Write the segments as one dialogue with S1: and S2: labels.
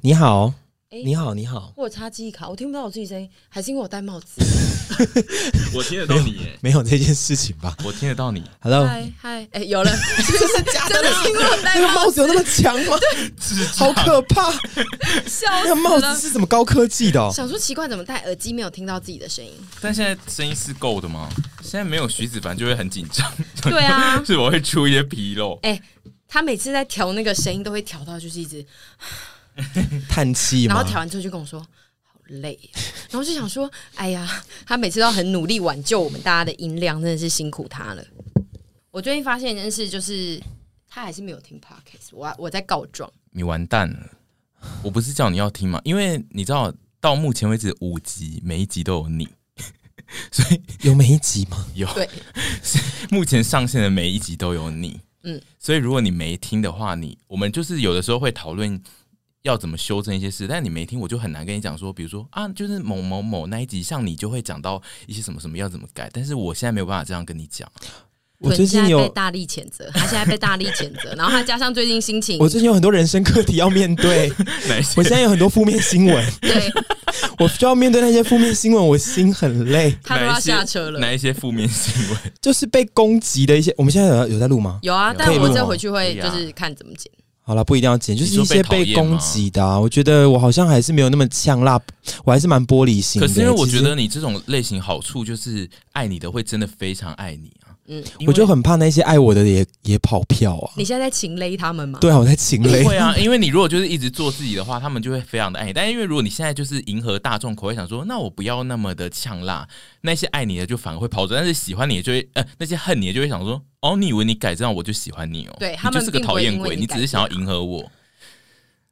S1: 你好，
S2: 哎
S1: 你好，你好，
S2: 我有插记忆卡，我听不到我自己声音，还是因为我戴帽子？
S3: 我听得到你耶，
S1: 没有这件事情吧
S3: 我听得到 你，
S1: ？Hello，
S2: 嗨嗨，哎，有了，真的假的？真的是因为我戴
S1: 那个
S2: 帽
S1: 帽
S2: 子，
S1: 子有那么强吗？好可怕！
S2: 笑
S1: 那
S2: 死
S1: 个帽
S2: 了
S1: 子。是什么高科技的、哦？
S2: 想说奇怪，怎么戴耳机没有听到自己的声音？
S3: 但现在声音是够的吗？现在没有徐子凡就会很紧张，
S2: 对啊
S3: 是我会出一些纰漏。
S2: 哎、他每次在调那个声音，都会调到就是一直，
S1: 叹气
S2: 然后
S1: 吗？
S2: 调完之后就跟我说。好累，哦然后就想说，哎呀，他每次都很努力挽救我们大家的音量，真的是辛苦他了。我最近发现一件事，就是他还是没有听 podcast，我我在告状。
S3: 你完蛋了！我不是叫你要听嘛，因为你知道到目前为止五集，每一集都有你，所以
S1: 有每一集吗？
S3: 有
S2: 对，
S3: 目前上线的每一集都有你。
S2: 嗯
S3: 嗯，所以如果你没听的话，你我们就是有的时候会讨论要怎么修正一些事，但你没听，我就很难跟你讲说，比如说啊，就是某某某那一集，像你就会讲到一些什么什么要怎么改，但是我现在没有办法这样跟你 讲。
S1: 我最
S2: 屯现
S1: 近
S2: 在被
S1: 有，
S2: 大力谴责，他现在被大力谴 责，然后他加上最近心情，
S1: 我最近有很多人生课题要面 对。
S3: 哪一些
S1: 我现在有很多负面新闻，
S2: 对
S1: 我需要面对那些负面新闻，我心很累。
S2: 他都
S3: 哪
S2: 要
S3: 一些
S2: 下车了。
S3: 哪一些负面新 闻？
S1: 就是被攻击的一些，我们现在有有在录吗？
S2: 有啊，
S3: 有
S2: 但我
S1: 可以
S2: 这
S1: 录
S2: 回去会
S3: 可以
S2: 就
S3: 啊
S2: 是看怎么剪。
S1: 好了，不一定要剪，就是
S3: 你
S1: 一
S3: 说被
S1: 些
S3: 讨厌
S1: 被攻击的啊。我觉得我好像还是没有那么呛辣，我还是蛮玻璃心
S3: 可
S1: 的。
S3: 是因为我
S1: 其
S3: 觉
S1: 实
S3: 得你这种类型好处就是爱你的会真的非常爱你啊，
S2: 嗯
S3: 嗯，
S1: 我就很怕那些爱我的也也跑票啊。
S2: 你现在在情勒他们吗？
S1: 对啊，我在情
S3: 不
S1: 勒。
S3: 会啊，因为你如果就是一直做自己的话，他们就会非常的爱你。但因为如果你现在就是迎合大众口味，想说那我不要那么的呛辣，那些爱你的就反而会跑走，但是喜欢你的就会呃那些恨你的就会想说哦，你以为你改这样我就喜欢你哦，
S2: 对
S3: 你
S2: 他们
S3: 就是个讨厌鬼，
S2: 并不会因为你啊
S3: 只是想要迎合我。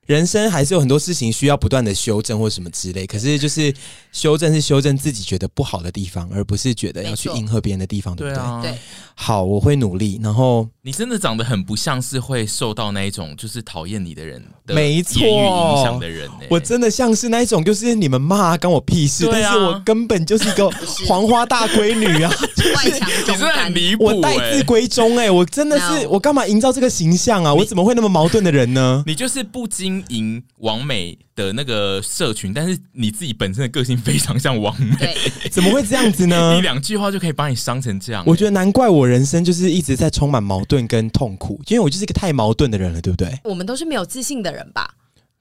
S1: 人生还是有很多事情需要不断的修正或什么之类，可是就是修正是修正自己觉得不好的地方，而不是觉得要去
S2: 没错
S1: 迎合别人的地方，对
S3: 对
S1: 不对？
S3: 啊，
S2: 对，
S1: 好，我会努力。然后
S3: 你真的长得很不像是会受到那一种就是讨厌你的人的
S1: 没错
S3: 言语影响的人、欸，
S1: 我真的像是那一种，就是你们骂关我屁事，
S3: 对
S1: 但
S3: 啊
S1: 是我根本就是一个
S2: 是
S1: 黄花大闺女啊，
S2: 外强
S3: 你
S2: 中
S3: 真的
S2: 干
S3: 很。离谱、欸，
S1: 我待字闺中哎、我真的是
S2: No
S1: 我干嘛营造这个形象啊？我怎么会那么矛盾的人呢？
S3: 你就是不经营王美的那个社群，但是你自己本身的个性非常像王美，
S2: 对，
S1: 怎么会这样子呢
S3: 你？两句话就可以把你伤成这样、
S1: 我觉得难怪我人生就是一直在充满矛盾跟痛苦，因为我就是一个太矛盾的人了，对不对？
S2: 我们都是没有自信的人吧，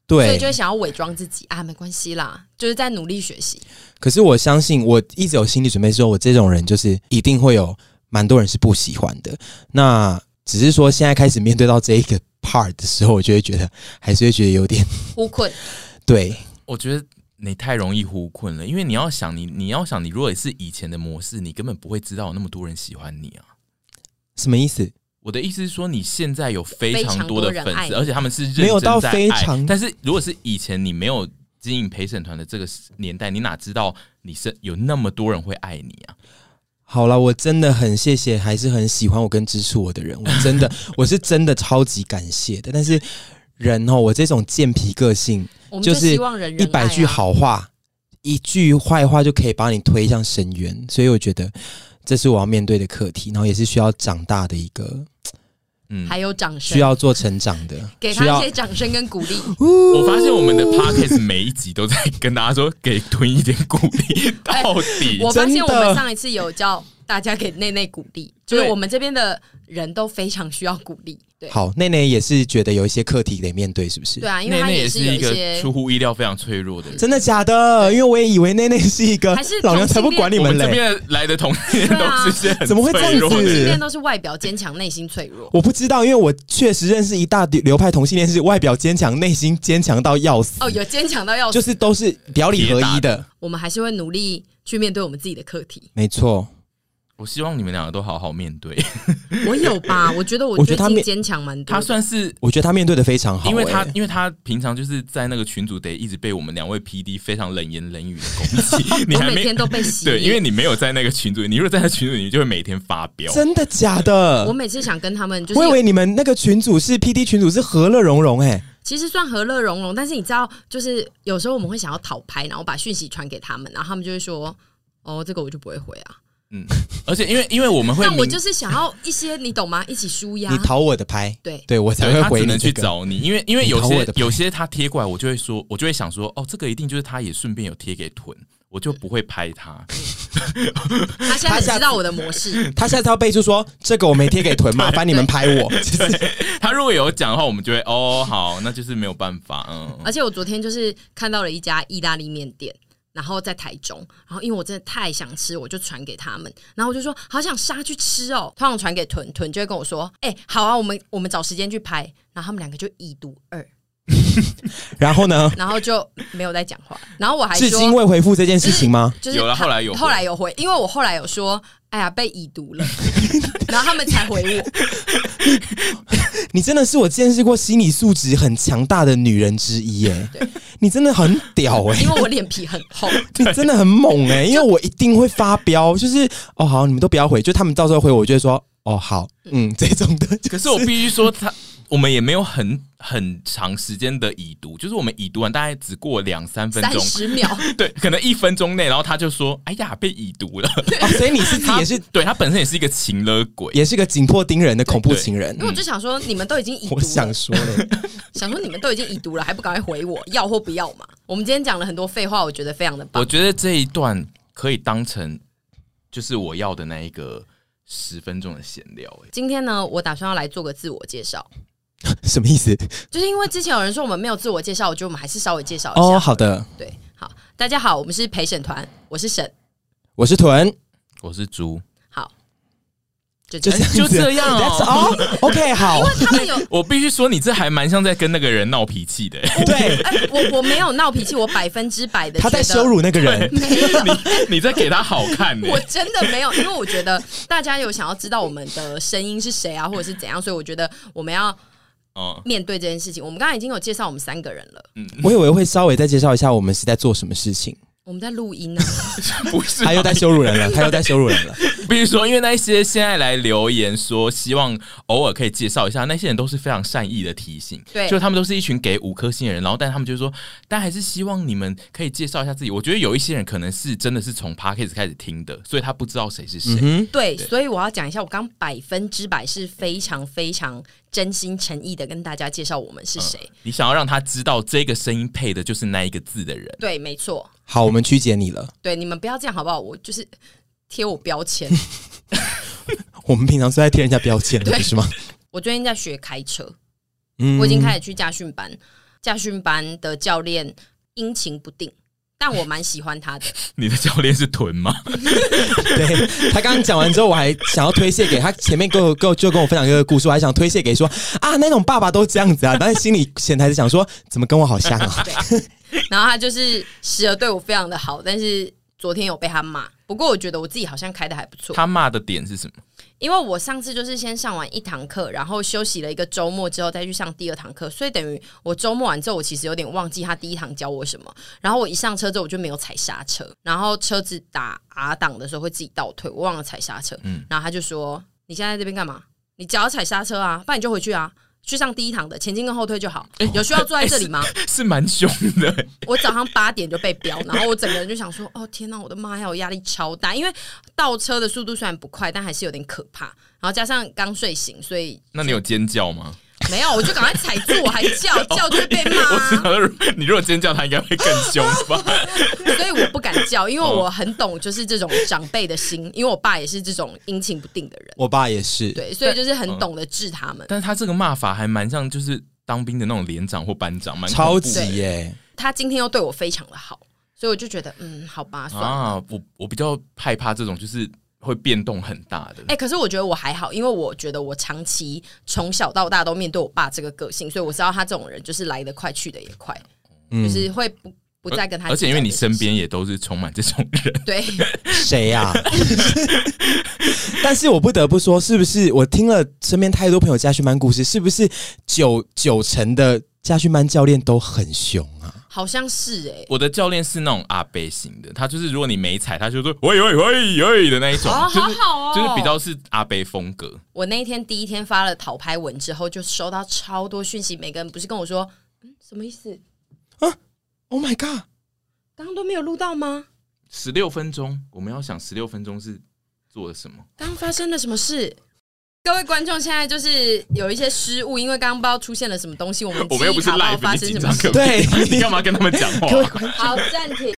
S2: 所以
S1: 对
S2: 就，会想要伪装自己啊，没关系啦，就是在努力学习。
S1: 可是我相信，我一直有心理准备，说我这种人就是一定会有蛮多人是不喜欢的。那只是说现在开始面对到这一个 part 的时候，我就会觉得还是会觉得有点
S2: 呼困，
S1: 对，
S3: 我觉得你太容易忽困了，因为你要想你，你要想你，如果是以前的模式，你根本不会知道有那么多人喜欢你啊。
S1: 什么意思？
S3: 我的意思是说，你现在有非常多的
S2: 非常多人
S3: 粉
S2: 爱你
S3: 丝，而且他们是认
S1: 没有
S3: 真
S1: 到
S3: 在
S1: 非
S3: 爱
S1: 常
S3: 但是如果是以前你没有经营陪审团的这个年代，你哪知道你是有那么多人会爱你啊？
S1: 好了，我真的很谢谢，还是很喜欢我跟支持我的人，我真的我是真的超级感谢的。但是人哦，我这种健皮个性，
S2: 我们
S1: 就
S2: 就是希望人人
S1: 一百
S2: 爱啊
S1: 句，好话，一句坏话就可以把你推向深渊，所以我觉得这是我要面对的课题，然后也是需要长大的一个，
S3: 嗯，
S2: 还有掌声，
S1: 需要做成长的，
S2: 给
S1: 需
S2: 他
S1: 要
S2: 一些掌声跟鼓 励。
S3: 我发现我们的 podcast 每一集都在跟大家说给吞一点鼓 励，到底
S2: 我发
S1: 真
S2: 现
S1: 的
S2: 我们上一次有叫大家给内内鼓励，就是
S3: 对
S2: 我们这边的人都非常需要鼓励。对，
S1: 好。内内也是觉得有一些课题得面对，是不是？
S2: 对啊，因为
S3: 内
S2: 他
S3: 内也
S2: 是
S3: 是
S2: 有
S3: 一个
S2: 些
S3: 出乎意料非常脆弱的人。
S1: 真的假的？因为我也以为内内是一个
S2: 还是
S1: 老娘才不管你
S3: 我们这
S1: 嘞，
S3: 边来的同性恋
S2: 对
S3: 都
S2: 啊
S3: 是些很
S1: 怎么会这样
S3: 脆弱的
S1: 子
S3: 人
S2: 今天都是外表坚强，内心脆 弱。
S1: 我不知道，因为我确实认识一大流派同性恋，是外表坚强，内心坚强到要死。
S2: 哦，有坚强到要死，
S1: 就是都是表里合一
S3: 铁打
S1: 的，
S2: 我们还是会努力去面对我们自己的课题。
S1: 没错。
S3: 我希望你们两个都好好面 对。
S2: 我有吧？我觉得我
S1: 我觉得
S2: 最
S1: 他
S2: 近
S1: 面
S2: 坚强蛮多
S3: 他
S2: 的。
S3: 算是，
S1: 我觉得他面对的非常好、
S3: 因为他
S1: 欸
S3: 因为他平常就是在那个群组得一直被我们两位 P D 非常冷言冷语的攻 击，你
S2: 我
S3: 还
S2: 每
S3: 没
S2: 天都被洗。
S3: 对，因为你没有在那个群组，你如果在那群组，你就会每天发飙。
S1: 真的假的？
S2: 我
S1: 我
S2: 每次想跟他们，就是
S1: 以为你们那个群主是 P D 群主是和乐融融哎、
S2: 其实算和乐融融，但是你知道，就是有时候我们会想要讨拍，然后把讯息传给他们，然后他们就会说：“哦，这个我就不会回啊。”
S3: 嗯，而且因为因为我们会
S2: 但我
S3: 明
S2: 就是想要一些，你懂吗？一起舒压
S1: 你。讨我的拍，
S2: 对，
S1: 对我才
S3: 对
S1: 会
S3: 他
S1: 回
S3: 只
S1: 你
S3: 能
S1: 这
S3: 去
S1: 个。
S3: 找你，因为因为
S1: 你
S3: 有
S1: 讨我
S3: 些
S1: 的牌
S3: 有些他贴过来，我就会说，我就会想说，哦，这个一定就是他也顺便有贴给臀，我就不会拍他。
S2: 他现在
S1: 他
S2: 很
S1: 下
S2: 知道我的模式，
S1: 他下次要备注说这个我没贴给 屯，麻烦你们拍我。 就是
S3: 他如果有讲的话，我们就会哦，好，那就是没有办法，嗯，
S2: 而且我昨天就是看到了一家意大利面店，然后在台中，然后因为我真的太想吃，我就传给他们，然后我就说好想杀去吃哦。通常传给屯屯就会跟我说，哎、好啊，我们我们找时间去拍，然后他们两个就已读二，
S1: 然后呢，
S2: 然后就没有再讲话。然后我还
S1: 至
S2: 说
S1: 今未回复这件事情吗？
S2: 就是
S3: 有了
S2: 他
S3: 后来有回
S2: 后来有回，因为我后来有说，哎呀被已读了，然后他们才回我，
S1: 你真的是我见识过心理素质很强大的女人之一耶！你真的很屌 哎！
S2: 因为我脸皮很厚，
S1: 你真的很猛 哎、因为我一定会发飙，就是哦好，你们都不要回，就他们到时候回我，我就会说哦好，嗯，这种的、 就
S3: 可是我必须说他。我们也没有很很长时间的已读，就是我们已读完大概只过两三分
S2: 三
S3: 钟，
S2: 十秒。
S3: 对，可能一分钟内，然后他就说：“哎呀，被已读了。
S1: 哦，所以你是自己
S3: 他”
S1: 也是
S3: 对他本身也是一个情勒鬼，
S1: 也是个紧迫盯人的恐怖情人
S2: 因为。我就想说，你们都已经已读
S1: 我
S2: 了
S1: 想，说嘞，
S2: 想说你们都已经已读了，还不赶快回我，要或不要嘛？我们今天讲了很多废话，我觉得非常的
S3: 我
S2: 棒。
S3: 觉得这一段可以当成就是我要的那一个十分钟的闲聊、欸。
S2: 今天呢，我打算要来做个自我介绍，
S1: 什么意思？
S2: 就是因为之前有人说我们没有自我介绍，我觉得我们还是稍微介绍一下。
S1: 哦，好的，
S2: 对，好，大家好，我们是陪审团，我是沈，
S1: 我是屯，
S3: 我是猪，
S2: 好，就这
S1: 就
S2: 样。
S1: 这样子，
S3: 就这样哦
S1: That's all. OK，好，
S2: 他 们有
S3: 我必须说你这还蛮像在跟那个人闹脾气的、欸
S1: 对，
S2: 哎、我我没有闹脾气，我百分之百的
S1: 他在羞，辱那个人。
S2: 没有，
S3: 你在给他好看呢、
S2: 我
S3: 欸。
S2: 真的没有，因为我觉得大家有想要知道我们的声音是谁啊，或者是怎样，所以我觉得我们要
S3: 嗯，
S2: 面对这件事情。我们刚才已经有介绍我们三个人了，
S1: 我以为会稍微再介绍一下我们是在做什么事情。
S2: 我们在录音呢、啊
S3: 不是，啊
S1: 他又在羞辱人了，他又在羞辱人了。
S3: 必须说，因为那一些现在来留言说，希望偶尔可以介绍一下，那些人都是非常善意的提醒，
S2: 对
S3: 就他们都是一群给五颗星的人，然后但他们就说，但还是希望你们可以介绍一下自己。我觉得有一些人可能是真的是从 p a c k a s 开始听的，所以他不知道谁是谁。
S1: 嗯，
S2: 对，所以我要讲一下，我刚百分之百是非常非常真心诚意的跟大家介绍我们是谁。
S3: 你想要让他知道这个声音配的就是那一个字的人，
S2: 对，没错，
S1: 好，我们曲解你了。
S2: 对，你们不要这样好不好？我就是贴我标签。
S1: 我们平常是在贴人家标签的，
S2: 对
S1: 不是吗？
S2: 我最近在学开车，
S1: 嗯
S2: 我已经开始去驾训班，驾训班的教练阴晴不定，但我蛮喜欢他的。
S3: 你的教练是臀吗？
S1: 对他刚刚讲完之后，我还想要推卸给他前面跟我跟我就跟我分享这个故事，我还想推卸给说啊那种爸爸都这样子啊，但是心里潜台词想说怎么跟我好像啊？
S2: 然后他就是时而对我非常的好，但是昨天有被他骂。不过我觉得我自己好像开的还不错，
S3: 他骂的点是什么？
S2: 因为我上次就是先上完一堂课，然后休息了一个周末之后再去上第二堂课，所以等于我周末完之后，我其实有点忘记他第一堂教我什么。然后我一上车之后，我就没有踩刹车，然后车子打 R 档的时候会自己倒退，我忘了踩刹车。
S3: 嗯
S2: 然后他就说：“你现在在这边干嘛？你脚要踩刹车啊，不然你就回去啊，去上第一堂的前进跟后退就好。有需要坐在这里吗？
S3: 是蛮凶的，
S2: 我早上八点就被标，然后我整个人就想说，哦天呐，我的妈呀，我压力超大，因为倒车的速度虽然不快，但还是有点可怕。然后加上刚睡醒，所以
S3: 那你有尖叫吗？
S2: 没有，我就赶快踩住，我还 叫叫就会被骂
S3: 哦我知
S2: 啊、
S3: 道，你如果尖叫，他应该会更凶吧？
S2: 所以我不敢叫，因为
S3: 哦
S2: 我很懂就是这种长辈的心，因为我爸也是这种阴晴不定的人，
S1: 我爸也是，
S2: 对，所以就是
S3: 嗯
S2: 很懂得治他们。
S3: 但是他这个骂法还蛮像就是当兵的那种连长或班长，蛮恐怖
S1: 超
S3: 的
S1: 级耶、
S2: 他今天又对我非常的好，所以我就觉得，嗯，好吧，算了。
S3: 啊！我我比较害怕这种就是会变动很大的。
S2: 哎、可是我觉得我还好，因为我觉得我长期从小到大都面对我爸这个个性，所以我知道他这种人就是来得快去得也快，
S1: 嗯
S2: 就是会不不再跟他
S3: 而且因为你身
S2: 计
S3: 边也都是充满这种人，
S2: 较 这些事对
S1: 谁呀、但是我不得不说，是不是我听了身边太多朋友家训班故事，是不是九九成的家训班教练都很凶啊？
S2: 好像是哎、
S3: 我的教练是那种阿贝型的，他就是如果你没踩，他就说喂喂喂喂的那一种，
S2: 哦，
S3: 就
S2: 好
S3: 是
S2: 好哦，
S3: 就是比。较是阿贝风格。
S2: 我那一天第一天发了讨拍文之后，就收到超多讯息，每个人不是跟我说，嗯，什么意思？
S1: Oh my god！
S2: 刚刚都没有录到吗？
S3: 十六分钟，我们要想十六分钟是做了什么？
S2: 刚刚发生了什么事？各位观众，现在就是有一些失误，因为刚刚不知道出现了什么东西，我们
S3: 我们又不是
S2: 记忆卡
S3: live，
S2: 啊不知道发
S3: 你
S2: 生
S3: 紧
S2: 什
S3: 张
S2: 么事
S3: 个。
S1: 对
S3: 屁！你干嘛跟他们讲话？
S2: 好，暂停。